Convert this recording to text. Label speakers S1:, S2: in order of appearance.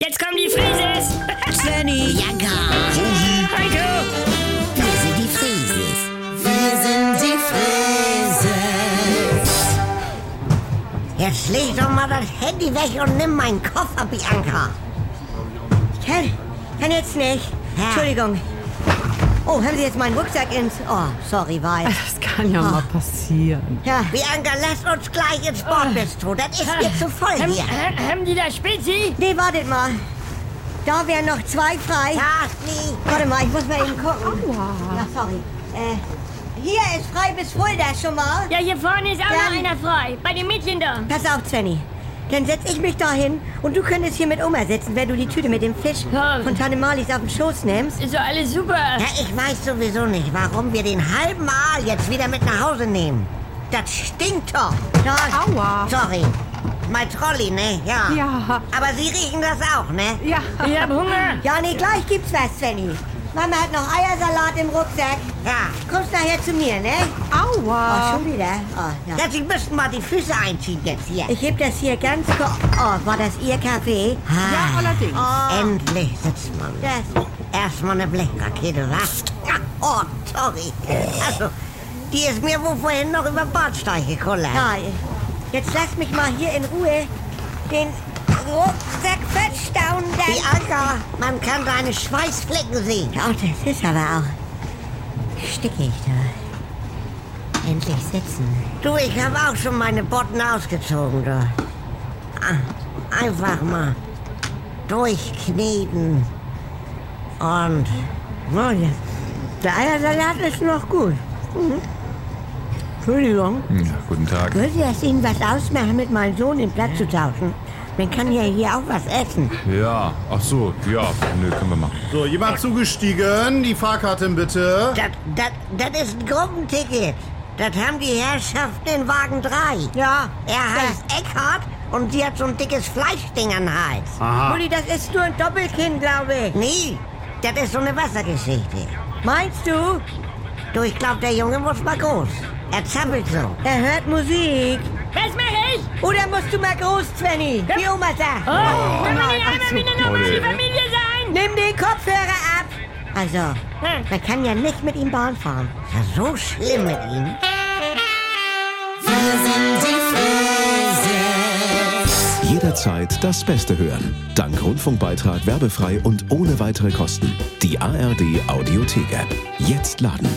S1: Jetzt kommen die Frises!
S2: Svenny,
S3: Ja, gar.
S1: Heiko!
S3: Wir sind die Frieses. Wir sind die Frieses. Jetzt leg doch mal das Handy weg und nimm meinen Koffer, Bianca.
S2: ich kann, kann jetzt nicht.
S3: Ja.
S2: Entschuldigung. Oh, haben Sie jetzt meinen Rucksack ins... Oh, sorry, war ich.
S4: Das kann ja mal passieren.
S2: Ja, Ah.
S3: Bianca, lass uns gleich ins Bordbistro. Das ist mir zu voll
S1: Haben,
S3: hier.
S1: ha- haben die da Spezi?
S2: Ähm, nee, wartet mal. Da wären noch zwei frei.
S3: Carsten,
S2: Warte mal, ich muss mal eben gucken. Ja, sorry. Äh, hier ist frei bis Fulda schon mal.
S1: Ja, hier vorne ist auch
S2: Ja.
S1: noch einer frei. Bei den Mädchen da.
S2: Pass auf, Svenny. Dann setz ich mich da hin und du könntest hier mit Oma sitzen, wenn du die Tüte mit dem Fisch
S1: Ja.
S2: von Tante Marlies auf den Schoß nimmst.
S1: Ist doch alles super.
S3: ja, ich weiß sowieso nicht, warum wir den halben Aal jetzt wieder mit nach Hause nehmen. Das stinkt doch.
S2: Da,
S4: Aua.
S3: Sorry. Mein Trolley, ne? Ja.
S4: Ja.
S3: Aber Sie riechen das auch, ne?
S4: Ja.
S1: Ich hab Hunger.
S2: ja, nee, gleich gibt's was, Svenny. Mama hat noch Eiersalat im Rucksack.
S3: Ja.
S2: Kommst nachher zu mir, ne? Oh,
S4: Aua.
S2: schon wieder. Oh, ja.
S3: Ja, Sie müssen mal die Füße einziehen jetzt hier.
S2: Ich heb das hier ganz kurz. Oh, war das Ihr Kaffee?
S3: Ah,
S4: allerdings.
S2: Oh,
S3: Endlich sitzt man.
S2: das.
S3: Erstmal eine Blechrakete, was? Oh, sorry. Also, die ist mir wohl vorhin noch über den Bordstein gekullert.
S2: Ja, Ah, jetzt lass mich mal hier in Ruhe den Rucksack verstauen,
S3: Die
S2: dann.
S3: Anker, man kann deine Schweißflecken sehen.
S2: Oh, das ist aber auch stickig da. Endlich sitzen.
S3: Du, ich habe auch schon meine Botten ausgezogen, du. Ah, Einfach mal durchkneten. Und
S2: Oh, ja. Der Eiersalat ist noch gut. Mhm. Entschuldigung.
S5: Ja, guten Tag.
S2: Würde es Ihnen was ausmachen, mit meinem Sohn den Platz zu tauschen? Man kann ja hier auch was essen.
S5: Ja, ach so, ja, nö, können wir machen.
S6: So, jemand zugestiegen, die Fahrkarten bitte.
S3: das, das, das ist ein Gruppenticket. Das haben die Herrschaften in Wagen 3.
S2: Ja.
S3: Er heißt Eckhart und sie hat so ein dickes Fleischding an den Hals.
S6: Aha.
S2: Mutti, das ist nur ein Doppelkinn, glaube
S3: Nee, das ist so eine Wassergeschichte.
S2: ich. Meinst du?
S3: Du, ich glaub, der Junge muss mal groß. Er zappelt so.
S2: Er hört Musik.
S1: Was mache ich?
S2: Oder musst du mal groß, Svenny? Wie Oma
S1: Oh,
S2: sagt.
S1: wenn wir nicht einmal wieder eine normale
S5: Leute.
S1: Familie sein? Hm.
S2: Nimm den Kopfhörer ab. Also, man kann ja nicht mit ihm Bahn fahren.
S3: Ja, so schlimm mit ihm.
S7: Jederzeit das Beste hören. Dank Rundfunkbeitrag werbefrei und ohne weitere Kosten. Die ARD Audiothek App. Jetzt laden.